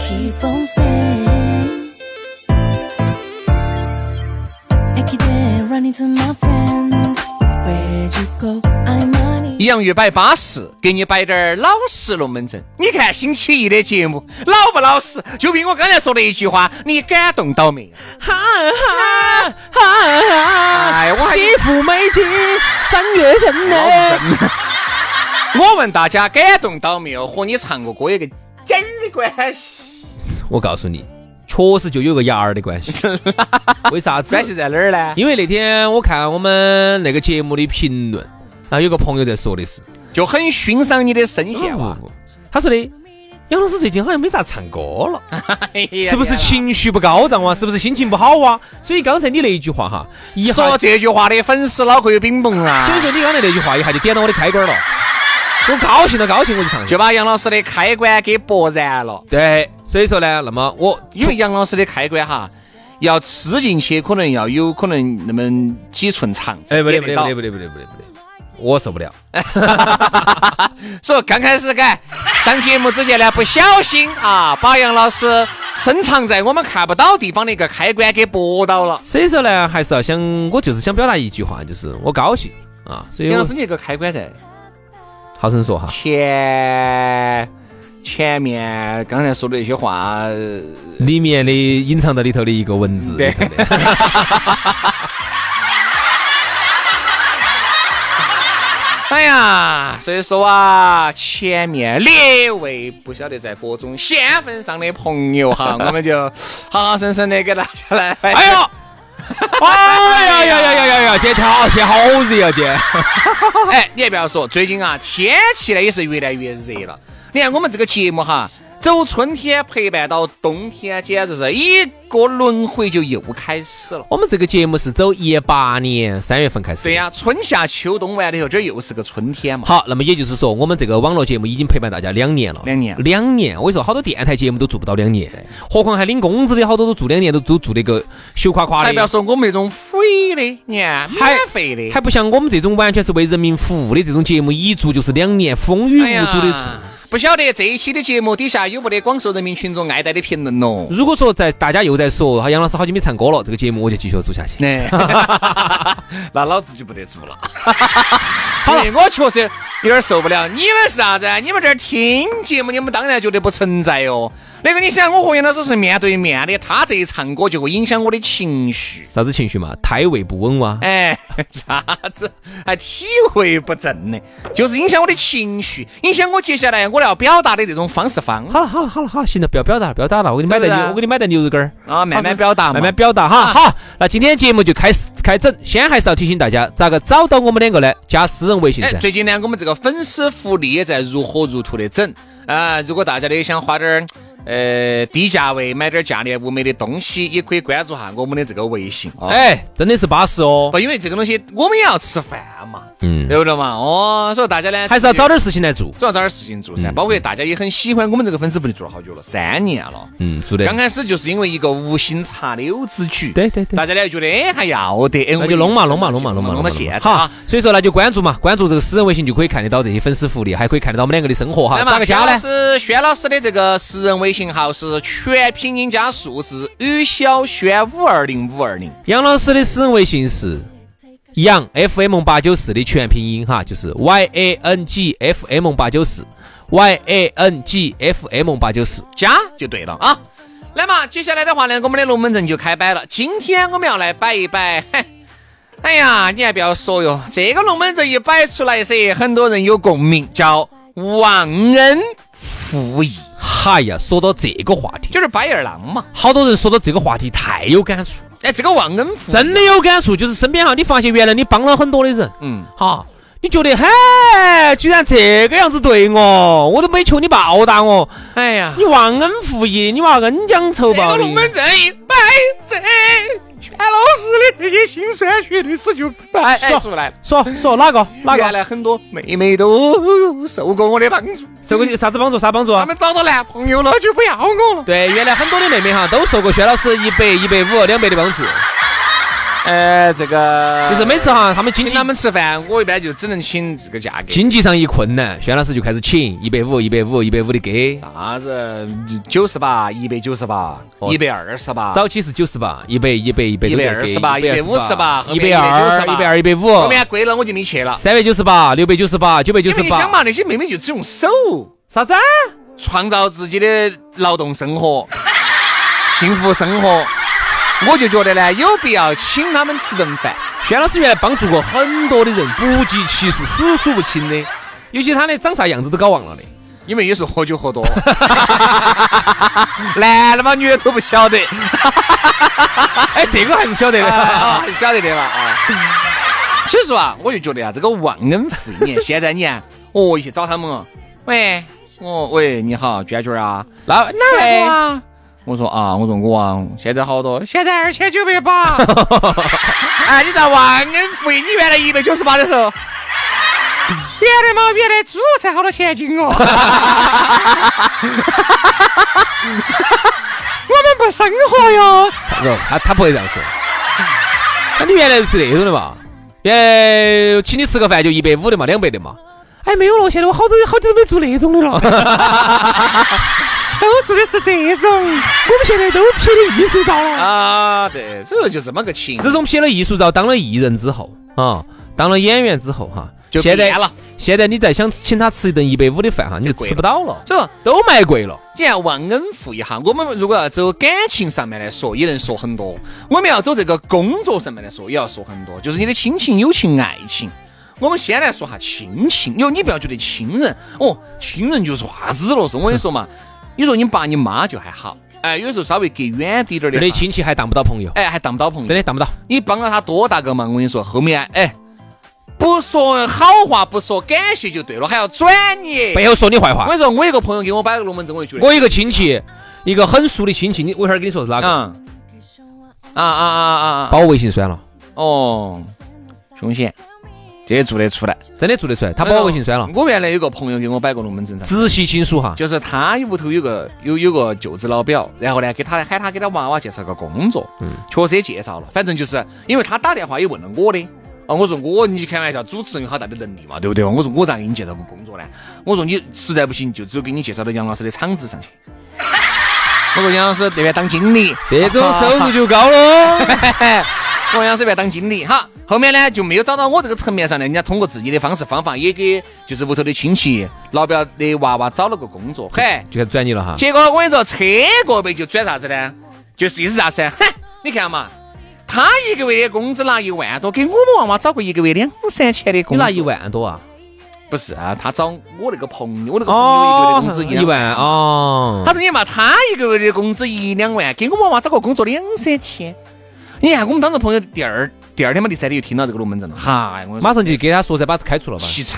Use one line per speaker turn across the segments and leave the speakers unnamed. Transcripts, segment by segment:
keep on staying. Ekide, run into my friend. Where'd you go? I'm money.
洋芋摆巴适，给你摆点儿老实龙门阵。你看星期一的节目老不老实？就凭我刚才说的一句话，你感动到没有？哈哈！哎，我媳妇美金，三月份呢。我问大家感动到没有？和你唱过歌有个鸡儿的关系。
我告诉你，确实就有个牙儿的 关系。为啥子？
关系在哪儿呢？
因为那天我看我们那个节目的评论，然后有个朋友在说的是，
就很欣赏你的声线
哦
哇。
他说的杨老师最近好像没咋唱歌了，
是
是不是情绪不高涨哇？啊是不是心情不好哇？所以刚才你那一句话哈，一下，
说
所
这句话的粉丝脑壳有冰崩啊！
以说你刚才那句话一下就点到我的开关了，我高兴了高兴我就唱去
就。把杨老师的开关给拨燃了。
对，所以说呢，那么我
因为杨老师的开关哈，要吃进去，可能要有可能那么几寸长。
哎，不得不
点
得
到
不得不得不得不得不得，我受不了。
所以刚开始改上节目之前呢，不小心啊，把杨老师深藏在我们看不到地方的一个开关给拨到了。
所以说呢，还是要想，我就是想表达一句话，就是我高兴啊。所以
杨
我
老师，你这个开关在
好生说哈，
前前面刚才说的一些话，呃
里面的隐藏在里头的一个文字里头的。
哎呀，所以说啊，前面列位不晓得在各种仙份上的朋友 哈，我们就好好生生的给大家来。
哎 呦，哎呀呀呀呀呀呀！今天好，今天好啊热呀，今天。
哎，你还不要说，最近啊，天气呢也是越来越热了。你看我们这个节目哈，走春天陪伴到冬天，简直是一个轮回就又开始了。
我们这个节目是走一八年三月份开始。
这。样，春夏秋冬完了以后，这又是个春天嘛。
好，那么也就是说，我们这个网络节目已经陪伴大家两年了。
两年
两年。我跟你说，好多电台节目都做不到两年，何况还领工资的，好多都做两年都都做那个羞垮垮
还不要
的，
说我们那种 free 的，你看免费的，
哎还不像我们这种完全是为人民服务的这种节目，一做就是两年，风雨
哎
无
呀
阻的做。
不晓得这一期的节目底下有没得广受人民群众爱戴的评论 咯？
如果说在大家又在说啊杨老师好久没唱歌了，这个节目我就继续做下去。
哎， 那老子就不得做 了。好了，我确实有点受不了。你们是啥子啊？你们这儿听节目，你们当然觉得不存在哦。那个，你想，我和杨老师是面对面的，他这一唱歌就会影响我的情绪。
啥子情绪嘛？胎位不稳哇、
哎， 啥子还体会不正呢？就是影响我的情绪，影响我接下来我要表达的这种方式方法
好了好了好了好了，行了，不要表达了，不要表达了，我给你买
是
袋
不是啊
牛，我给你买袋牛肉干儿。
啊，慢慢表达嘛，
慢慢表达哈。好，那今天节目就开始开整，先还是要提醒大家，咋个找到我们两个呢？加私人微信
哎，
噻。
最近呢，我们这个粉丝福利也在如火如荼的整啊、如果大家呢想花点儿呃低价位买点儿价廉物美的东西，也可以关注下我们的这个微信啊。哎
哎，真的是巴适哦
不，，因为这个东西我们也要吃饭嘛，
嗯
对不对嘛？哦，所以大家呢
还是要找点事情来做。
主要找点事情做
嗯
噻，包括大家也很喜欢我们这个粉丝福利，做了好久了，三年了。
嗯，做的
刚开始就是因为一个无心插柳之举，
对对对
大家呢觉得哎还要得，哎我
那
们
就弄嘛弄嘛弄嘛弄嘛弄
弄
嘛
到现在
哈
啊。，
所以说呢就关注嘛，关注这个私人微信就可以看得到这些粉丝福利，还可以看得到我们两个的生活哈。
来
咋
嘛，
个加
薛老
呢？
师，薛老师的这个私人微信号是全拼音加数字于小轩五二零五二零。
杨老师的私人微信是杨 FM 八九四的全拼音哈，就是 Y A N G F M 八九四，Y A N G F M 八九四。
加就对了啊。那么接下来的话呢，我们的龙门阵就开摆了。今天我们要来摆一摆，嘿哎呀，你还不要说哟，这个龙门阵一摆出来噻，很多人有共鸣，叫忘恩负义，
嗨哎呀，说到这个话题，
就是白眼狼嘛。
好多人说到这个话题太有感触了，
哎，这个忘恩负义，
真的有感触。就是身边哈，你发现原来你帮了很多的人，
嗯，
哈，你觉得嘿，居然这个样子对我，我都没求你报答我，
哎呀，
你忘恩负义，你娃恩将仇
这
报的
个龙。门阵一摆，这全老师的这些辛酸血泪史就摆
说
哎出来了。
说说哪个哪
原
个
来很多妹妹都受过我的帮助，
受过啥子帮助啥帮助啊
她？们找到男朋友了就不要我了。
对，原来很多的妹妹哈都受过薛老师一百、一百五、两百的帮助，
呃，这个
就是每次哈他们经
请
济
他们吃饭，我一般就只能请这个价格。
经济上一困难，薛老师就开始请一百五、一百五、一百五的给。
啥子九十八、一百九十八、
哦
一百二十八，
早期是九十八，一百、一百、一百、
128 158
一百二、一百二、一百五，
后面贵了我就没去了。
三百九十八、六百九十八、九百九
因
十
为你想
八，
嘛，那些妹妹就只用手
啥子啊？
创造自己的劳动生活、 幸福生活，我就觉得呢，有必要请他们吃顿饭。
薛老师原来帮助过很多的人，不计其数，数数不清的，有些他的长啥样子都搞忘了的。
因为有时候喝酒喝多 了，男的嘛女的都不晓得，
哎，这个还是晓得的。
啊晓得的嘛啊。所以说啊，我就觉得啊，这个忘恩负义，你看现在你看，哦，一去找他们哦，喂，哦喂，你好，娟娟啊，
那那
喂，我说啊，我说我啊，现在好多，现在二千九百八。 哎，你咋忘恩负义？你原来一百九十八的时候，原来嘛，原来猪肉才好多钱斤哦。我们不生活哟。
不，他他不会这样说。那你原来是那种的嘛？原来请你吃个饭就一百五的嘛，两百的嘛。哎，没有了，现在我好多好久都没做那种的了，都做的是这种。我们现在都撇的艺术照了。
啊，对，所以说就这么个情
自从撇了艺术照，当了艺人之后啊，当了演员之后哈，
就
现在
变了。
现在你再想请他吃一顿一百五的饭哈，你就
贵
吃不到了，
所以说，
都卖贵了。
你看忘恩负义哈，我们如果要走感情上面来说，也能说很多；我们要走这个工作上面来说，也要说很多。就是你的亲情、友情、爱情。我们先来说下亲情，哟，你不要觉得亲人哦，亲人就是啥子了？说我跟你说嘛，你说你爸你妈就还好，哎，有时候稍微隔远滴点儿
有
的
的
话，
亲戚还当不到朋友，
哎，还当不到朋友
真。的当不到。
你帮了他多大个忙？我跟你说，后面哎，不说好话，不说感谢就对了，还要转你。
背后说你坏
哎我
话
跟。你说，我有个朋友给我摆个龙门阵，我就觉得，
我有一个亲戚，一个很熟的亲戚，你我一会儿跟你说是哪个，
嗯，啊啊啊啊啊！
把我微信删了，
哦，凶险，这也做得出来。
真的做得出来，他把我微信删了。
哎我原来有个朋友给我摆个龙门阵噻，
直系亲属哈，
就是他屋头有个有有个舅子老表，然后呢，给他喊他给他娃娃介绍个工作，嗯，确实也介绍了，反正就是因为他打电话也问了我的。啊，我说我，你开玩笑，主持人有好大的能力嘛，对不对？哦我说我咋给你介绍个工作呢？我说你实在不行，就只有给你介绍到杨老师的厂子上去。 我说杨老师那边当经理，啊
这种收入就高 了。
我杨师不要当经理哈。后面呢就没有找到我这个层面上呢，人家通过自己的方式方法，也给就是屋头的亲戚、老表的娃娃找了个工作，嘿。
就开始转你了 哈，
结果我跟你说，扯过呗就转啥子呢？就是意思啥子 呢？哼，你看嘛，他一个月的工资拿一万多，给我们娃娃找个一个月两三千的
你
工资，
拿一万多啊？
不是啊？他找我那个朋友，我那个朋友一个月的工资
哦一万。哦
他，说你嘛，他一个月的工资一两万，给我娃娃找个工作两三千。你看，我们当时朋友第二第二天嘛，第三天又听到这个龙门阵了，哈，我
马上就给他说噻，把他开除了嘛。
气惨，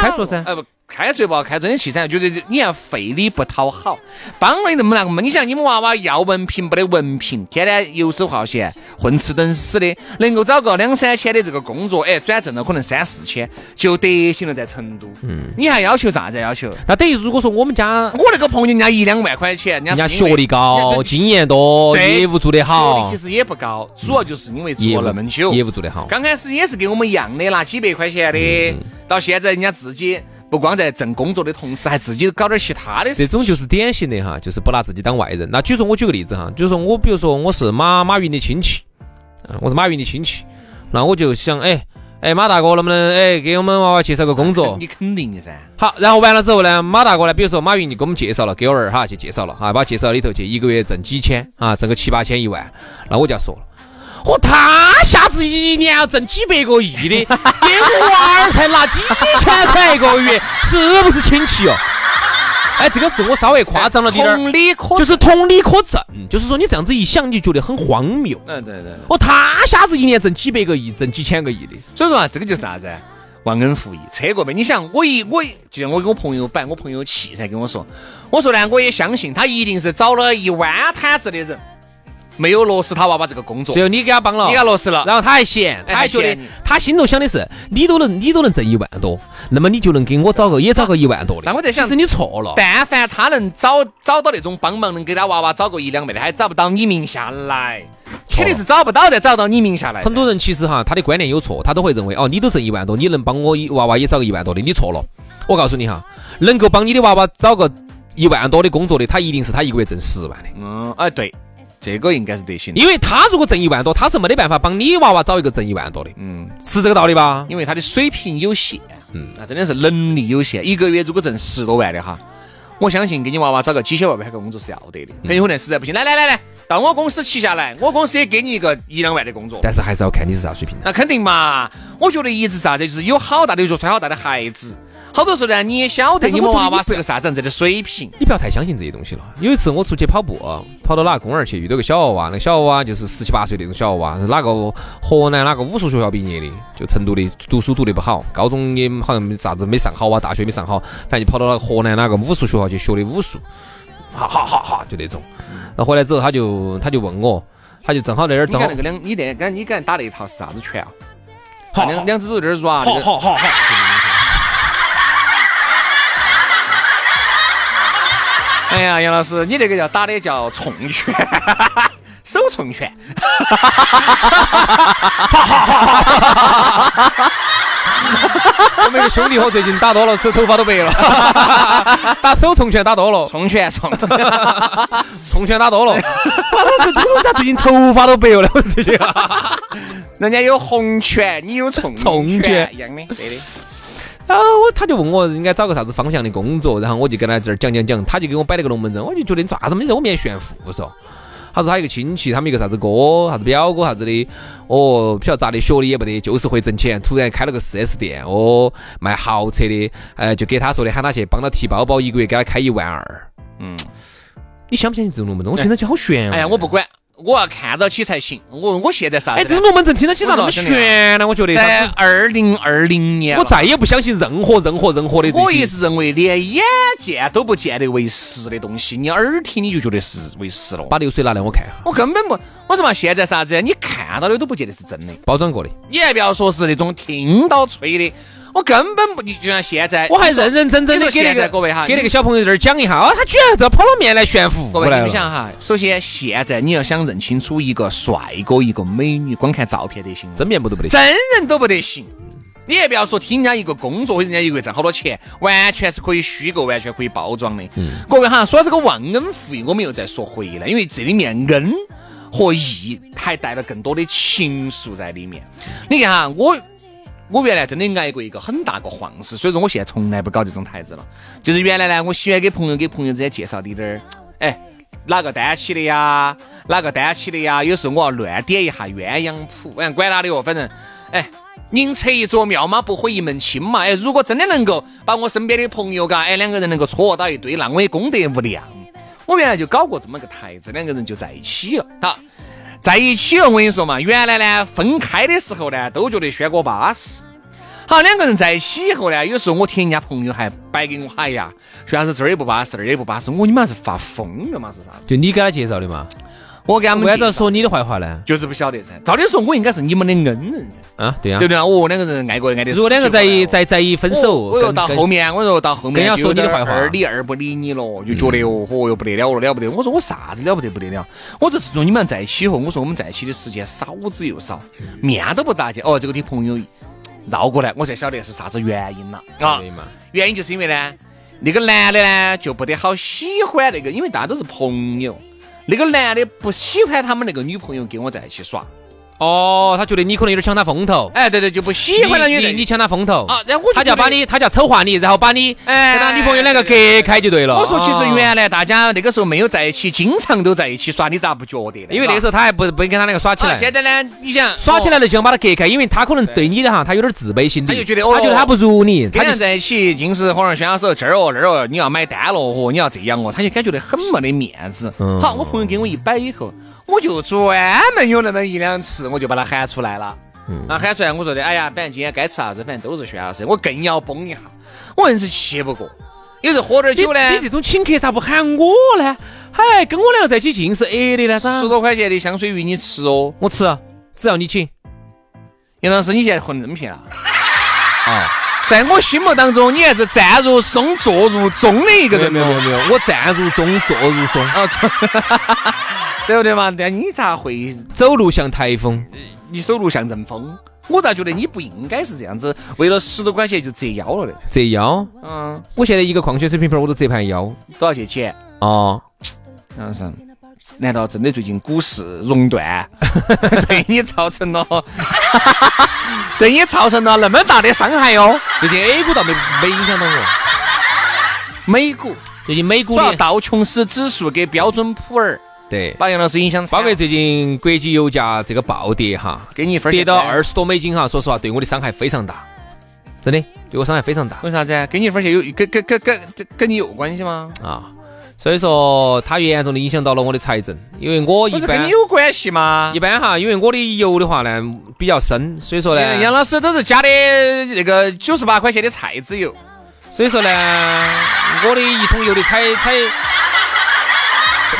开除噻
哎不，开除也不好开除，真的气惨，就是你看费力不讨好，帮了你那么那个嘛，你像你们娃娃要文凭没得文凭，天天游手好闲，混吃等死的，能够找个两三千的这个工作，哎，转正了可能三四千就得行了，在成都，嗯，你还要求啥子要求？
那等于如果说我们家
我那个朋友人家一两万块钱，人
人
家
家
是因为
学历
人
高，
家
经验多，
对
业务做得
学历
好
其，实也不高，主要就是因为
业
做
务
了那么久，
业务做得好。
刚开始也是跟我们一样的，拿几百块钱的，
嗯
到现在人家自己不光在挣工作的同时，还自己搞点其他的
这
事。
种就是典型的哈，就是不拿自己当外人。那举说我举个例子哈，就是说我啊比如说我是马马云的亲戚，嗯，我是马云的亲戚，那我就想，哎哎，马大哥能不能哎给我们娃娃介绍个工作？
你肯定的噻。
好，然后完了之后呢，马大哥呢，比如说马云就给我们介绍了，给我儿哈去介绍了哈，把介绍里头去一个月挣几千啊，挣个七八千一万，那我就要说了。我他下子一年要挣几百个亿的，给我娃儿才拿几千块一个月，是不是亲戚哦？ 哎，这个是我稍微夸张了点儿，
哎同理可
就是同理可证，就是说你这样子一想，你就觉得很荒谬。
嗯，对对对。
我他下子一年挣几百个亿，挣几千个亿的，
所以说啊，这个就是啥子啊？忘恩负义，扯过没？你想，我一我一，就像我跟我朋友摆，我朋友气噻，跟我说，我说呢，我也相信他一定是找了一弯摊子的人，没有落实他娃娃这个工作
最，后你给他帮了，
你给他落实了。
然后他还嫌，
哎
他还觉
还
得
嫌你
他心头想的是，你都能你都能挣一万多，那么你就能给我找个也找个一万多的。
那我在想
其实你错了。
但凡他能找找到那种帮忙，能给他娃娃找个一两百的，还找不到你名下来，肯定是找不到再找到你名下来噻。
很多人其实哈，他的观念有错，他都会认为哦，你都挣一万多，你能帮我一娃娃也找个一万多的，你错了。我告诉你哈，能够帮你的娃娃找个一万多的工作的，他一定是他一个月挣十万的，
嗯，哎，对，这个应该是得行的，
因为他如果挣一万多，他是没得办法帮你娃娃找一个挣一万多的，
嗯，
是这个道理吧？
因为他的水平有限，嗯，那真的是能力有限。一个月如果挣十多万的哈，我相信给你娃娃找个几千万块工作是要得的，很有可能实在不行，来来来来，到我公司旗下来，我公司也给你一个一两万的工作。
但是还是要看你是啥水平的。
那肯定嘛，我觉得一直啥子，就是有好大的就穿好大的孩子。好多时候呢，你也晓得
但是
你
我
们
觉得
娃娃
你不
是个啥子样子的水平，
你不要太相信这些东西了。有一次我出去跑步，跑到哪个公园儿去，遇到个小娃娃，那个小娃娃就是十七八岁那种小娃娃，是哪个河南哪个武术学校毕业的，就成都的，读书读得不好，高中也好像没啥子没上好啊，大学没上好，反正就跑到那个河南哪个武术学校去学的武术，哈哈哈哈，就那种。然后回来之后，他就他就问我，他就正好在那儿
你
正
看
好
那个两，你那刚你刚才打那一套是啥子拳啊？好，两两只手在那儿抓，好好好好。哎呀，杨老师，你这个叫打的叫冲拳， 手冲拳。
我们一个兄弟伙最近打多了，头头发都白了，打手冲拳打多了，
冲拳冲，
冲拳打多了，这这这最近头发都白了，我最近。
人家有红拳，你有冲
冲拳
一样的，对的。
然后我他就问我应该找个啥子方向的工作，然后我就跟他这儿讲讲讲，他就给我摆了个龙门阵，我就觉得你咋子没在我面前炫富嗦？他说他一个亲戚，他们一个啥子哥、啥子表哥、啥子的，哦，不晓得咋的，学历也不得，就是会挣钱，突然开了个 4S 店，哦，卖豪车的，呃，就给他说的，喊他去帮他提包包，一个月给他开一万二。
嗯，
你相不相信这种龙门阵？我听到起好悬、啊！
哎呀，我不管，我要看到起才行。我我现在啥子
哎，
呢？
这种龙门阵听到起咋那么悬呢？我觉得，
在二零二零年了，
我再也不相信任何任何任何的这些。
我一直认为连眼见都不见得为实的东西，你耳听你就觉得是为实了。
把流水拿来我看，
我根本不，我说嘛，现在啥子，你看到的都不见得是真的，
包装过的。
你还不要说是那种听到吹的，我根本不，你就像现在，
我还认认真真的
你
给
说
那
现在
个
各位哈，
给那
你
个小朋友在这儿讲一下，哦，他居然都跑到面来炫富
各
过
位，
来
你
了
们。想哈，首先现在你要想认清楚一个帅哥一个美女，光看照片得行吗？
真面目都不得行，
真人都不得行。你也不要说听人家一个工作，或者人家一个月挣好多钱，完全是可以虚构，完全可以包装的。
嗯
各位哈，说到这个忘恩负义，我们又再说回来，因为这里面恩和义还带了更多的情愫在里面。
嗯
你看哈，我我原来真的挨过一个很大个晃事，所以说我现在从来不搞这种台子了。就是原来呢，我喜欢给朋友给朋友之间介绍滴点儿，哎，哪个单起的呀，哪个单起的呀，有时候我要乱点一下鸳鸯谱，反正管他的哟，反正哎。宁拆一座庙嘛，不毁一门亲嘛。哎，如果真的能够把我身边的朋友嘎，哎，两个人能够撮合到一堆，那我也功德无量。我原来就搞过这么个台子，两个人就在一起了。好，在一起了，我跟你说嘛，原来呢分开的时候呢，都觉得轩哥巴适。好，两个人在一起以后呢，有时候我听人家朋友还摆给我，哎呀，薛老师这儿也不巴适，那儿也不巴适，我说你们是发疯了吗？是啥子？
就你给他介绍的嘛？
我给他们
为啥子要
介绍
说你的坏话呢？
就是不晓得噻。照理说，我应该是你们的恩人噻，
啊，对呀、
对不对啊？哦，两个人爱过爱的。
如果两个在一
一
在在一分
啊哦
手，
我又
跟
到
跟
后面，我又到后面
跟人家
就有
说你的
点
坏话嗯
二理二不理你了，就觉得哟，嚯哟不得了了了不得。我说我啥子了不得不得了，我只是说你们在一起以后，我说我们在一起的时间少之又少，
嗯
面都不咋见。哦，这个你朋友绕过来，我才晓得是啥子原因了啊
对。嘛
原因就是因为呢，那个男的呢就不得好喜欢那个，因为大家都是朋友，那个男的不喜欢他们那个女朋友跟我在一起耍。
哦，他觉得你可能有点抢他风头，
哎，对对，就不喜欢那女
你
人
你。抢他风头
啊然后我就
他就
觉
要
得
把你，他就要丑化你，然后把你
哎
跟他女朋友两个隔开就对了。
我说，其实
哦
原来大家那个时候没有在一起，经常都在一起耍，你咋不觉得呢？
因为那个时候
候
他还不不跟他两个耍起来，
现在呢，你想哦
耍起来了就想把他隔开，因为他可能对你的哈，他有点自卑心理，
他就觉得哦
他觉得他不如你，
跟
他
人
就
在一起，尽是火上宣手，这儿哦那儿哦，你要买单了哦，你要这样哦，他就感觉得很没得面子。
嗯
好，我朋友给我一摆以后，我就专门有那么一两次，我就把他喊出来了。啊，喊出来，我说的，哎呀，反正今天该吃啥子，反正都是宣老师，我更要崩一下，我硬是气不过。有时候喝点
你
酒呢，
你这种请客咋不喊我呢？嗨，跟我两个在一起尽是 A 的呢，咋
十？多块钱的香水鱼你吃哦。
我吃，啊只要你请。
杨老师，你现在混这么撇 了？啊，在我心目当中，你还是站如松、坐如钟的一个人哦
没有没有没有，我站如钟，坐如松，
啊，错 对不对嘛？但你咋会？
走路像台风。
你走路像阵风，我咋觉得你不应该是这样子，为了十多块钱就折腰了的？
折腰，
嗯，
我现在一个矿泉水瓶瓶儿我都折盘腰
多少去捡？
啊！
杨老师，难道真的最近股市熔断， 对你造成了， 对你造成了那么大的伤害哦哟？
最近 A 股倒没没影响到我，
美股
最近美股
主要
的
道琼斯指数跟标准普尔。
对，
把杨老师影响惨
包
了
括最近国际油价这个暴跌哈，
啊给你一分儿
跌到
钱
二十多美金哈，说实话对我的伤害非常大，真的对我伤害非常大
为啥子啊？给你一分钱有跟跟跟跟这跟你有关系吗？
啊。所以说，它严重的影响到了我的财政，因为我
不
一
是跟
般
你有关系吗
一？般哈，因为我的油的话呢比较深，所以说
杨杨
呢，
老师都是加的那个九十八块钱的菜籽油，
所以说呢，我的一桶油的采采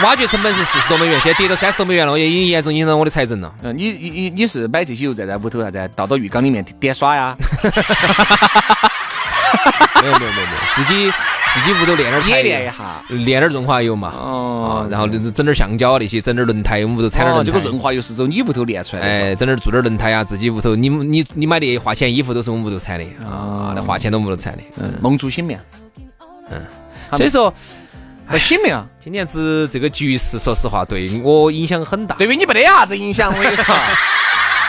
挖掘成本是四十多美元，现在跌到三十多美元了，我也已经严重影响到我的财政了。
嗯，你你你你是买这些油在在屋头啥子？啊倒到浴缸里面点耍 呀？
没有没有没有没有，自己自己屋头练点儿柴
也
油
练一下。
练点儿润滑油嘛，啊，
哦
然后就是整点儿橡胶啊那些，整点儿轮胎，我们屋头踩点儿
哦
轮
这
胎。
个润滑油是走你屋头练出来的。
哎，整点儿做点儿轮胎啊，自己屋头，你你你买的花钱衣服都是我们屋头产的
哦
啊，那花钱都我们屋头产的。
嗯，蒙住醒面，好
所以说，
不醒面，啊
今年子这个局势，说实话对我影响很大。
对于你没得啥子影响，我跟你 说。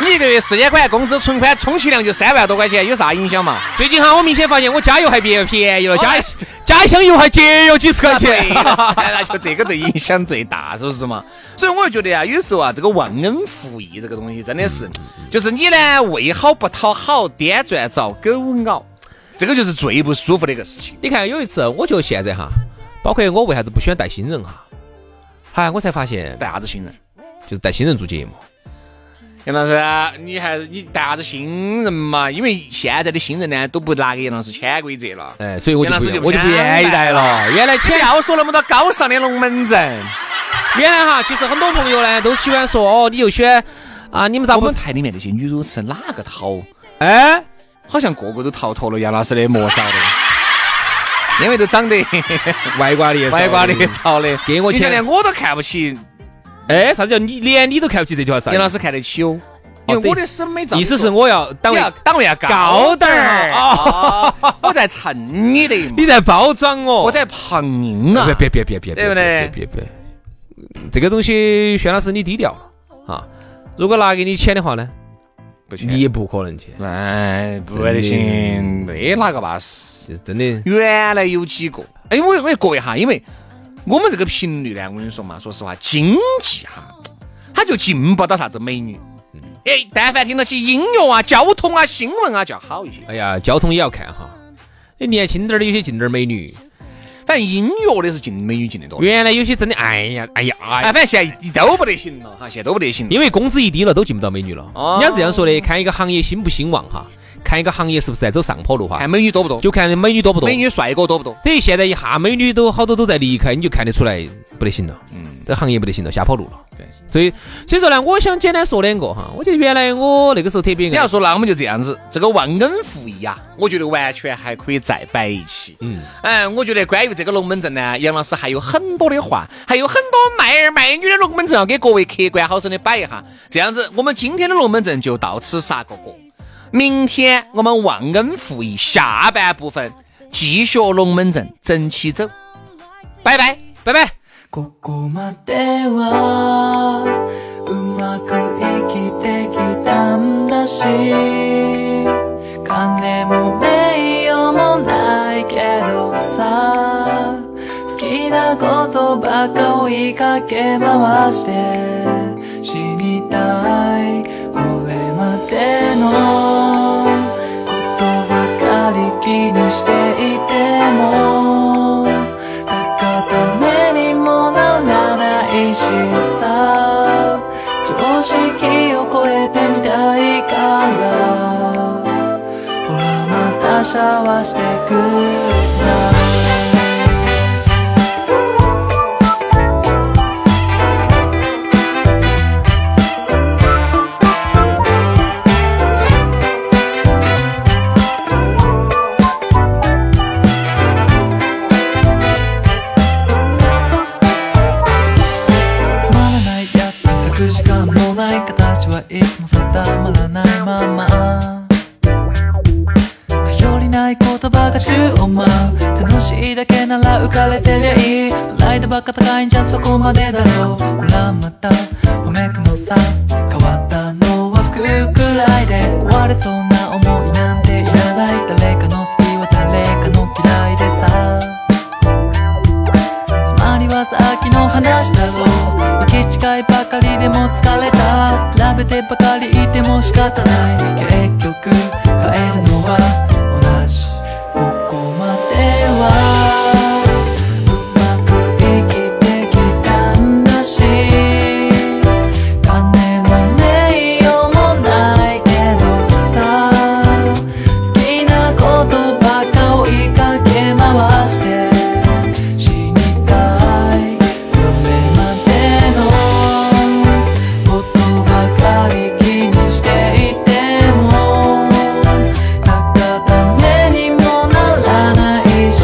你一个月四千块工资，存款充其量就三万多块钱，有啥影响嘛？
最近哈，我明显发现我加油还便便宜了，加一
哦
加一箱油还节约几十块钱
对，。那就这个对影响最大，是不是嘛？ 所以我就觉得啊，有时候啊，这个忘恩负义这个东西真的是，就是你呢为好不讨好，颠转遭狗咬，这个就是最不舒服的一个事情。
你看有一次，我觉得现在哈，包括我为啥子不喜欢带新人哈，哎，我才发现
带啥子新人？
就是带新人做节目，
杨老师，你还是你带啥子新人嘛？因为现在的新人呢都不拿给杨老师潜规则了。
哎，所以我就
杨老
不
师就不哎
我就不愿意
想带
带
了
了。原来
不
前
要说那么多高尚的龙门阵，
原来哈，其实很多朋友呢都喜欢说哦，你就选啊，你们咋
我
不
们台里面那些女主持哪个讨？
哎？
好像个个都逃脱了杨老师的魔爪的，因为都长得
外挂的，
歪瓜裂枣的，
给 我
你想
钱
连。我都看不起，
哎，啥子叫你连你都看不起这句话？啥
杨老师看得起哦，因
哦
为我的审美造
意思是我要当
档
为
位档位要高
高
点
点儿
儿啊，哦 我在蹭你的嘛
你，在包装哦我，
我在旁您啊
别。别别别别，
对不对
别别别，别这个东西，薛老师你低调了啊。如果拿给你钱的话呢，你也不可能去，
哎，不得行，没哪个巴适。
就是真的。
原来有几个，哎，我我也过一下，因为我们这个频率呢，我跟你说嘛，说实话，经济哈，它就进不到啥子美女。
嗯
哎，但凡听到些音乐啊、交通啊、新闻啊，就要好一些。
哎呀，交通也要看哈。你年轻点儿的有些进点儿美女，
反正音乐的是进美女进的多。
原来有些真的，哎呀，哎呀，哎
哎，
呀，
反正现在一都不得行了哈，现在都不得行了。
因为工资一低了，都进不到美女了。
哦
人家是这样说的，看一个行业兴不兴旺哈，看一个行业是不是在走上坡路哈
哎看，美女多不多？
就看美女多不嗯多。
美女帅哥多不多？
等于现在一下美女都好多都在离开，你就看得出来不得行了，
嗯，
这行业不得行了，下坡路了。
对，
所以所以说呢，我想简单说两个哈，我觉得原来我那个时候特别
你要说那我们就这样子，这个忘恩负义啊，我觉得完全还可以再摆一期。
嗯，
哎，我觉得关于这个龙门阵呢，杨老师还有很多的话，还有很多卖儿卖女的龙门阵要给各位客官好生的摆一下。这样子，我们今天的龙门阵就到此杀个果。明天我们忘恩负义下半部分继续龙门阵，整起走，拜拜，拜拜。
ここまではうまくいきてきたんだし金も名誉もないけどさ好きなことばっか追いかけ回して死にたいこれまでのことばかり気にしていてもたかためにもならないしさ常識を超えてみたいからほらまたシャワーしてくるなつまらないやつに咲く時間もない形はいつも定まらないまま頼りない言葉が中を舞う楽しいだけなら浮かれてりゃいいプライドばっか高いんじゃそこまでだろうほらまた褒めくのさ変わったのは服くらいで壊れそうな思いなんていらない誰かの好きは誰かの嫌いでさつまりはさっきの話だろう行き違いばかりでも疲れた比べてばかりいても仕方ない結局変えるのは同じここまではうまく生きてきたんだし金も名誉もないけどさ好きなことばっか追いかけ回して死にたいこれまでのことばかり気にしていてもたかためにもならないし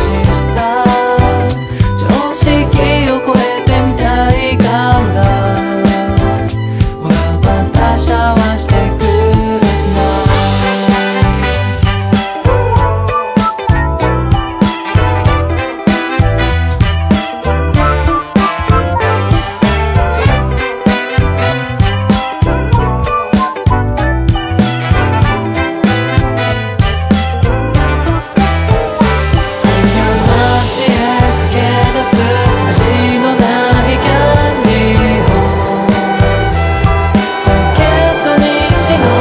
さ常識を超えてみたいからほらまたシャワーしてくるな街へ駆け出す味のないキャンディーをポケットに忍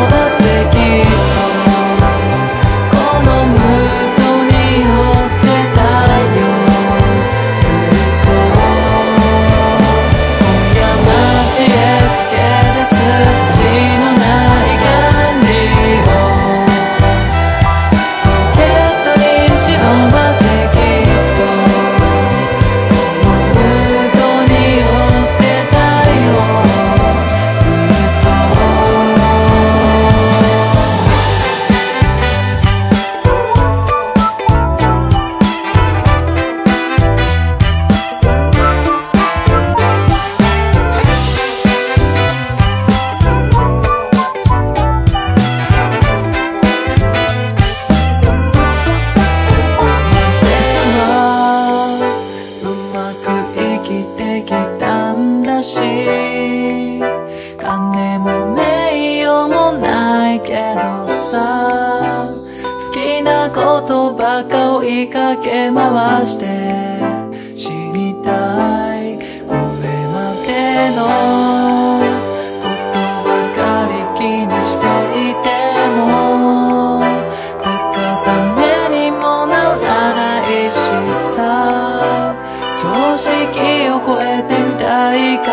ばせきっとこのムードに酔ってたよずっと今夜街へ駆け出す味のないキャンディーを「ポケットに忍ばせきっと」「このムードに酔ってたよずっと」うまく生きてきたんだし金も名誉もないけどさ好きなことばっか追いかけ回して死にたいこれまでのことばかり気にしていてもたかためにもならないしさ常識を超えてみたいから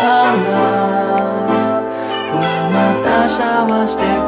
ほらまたシャワーしてく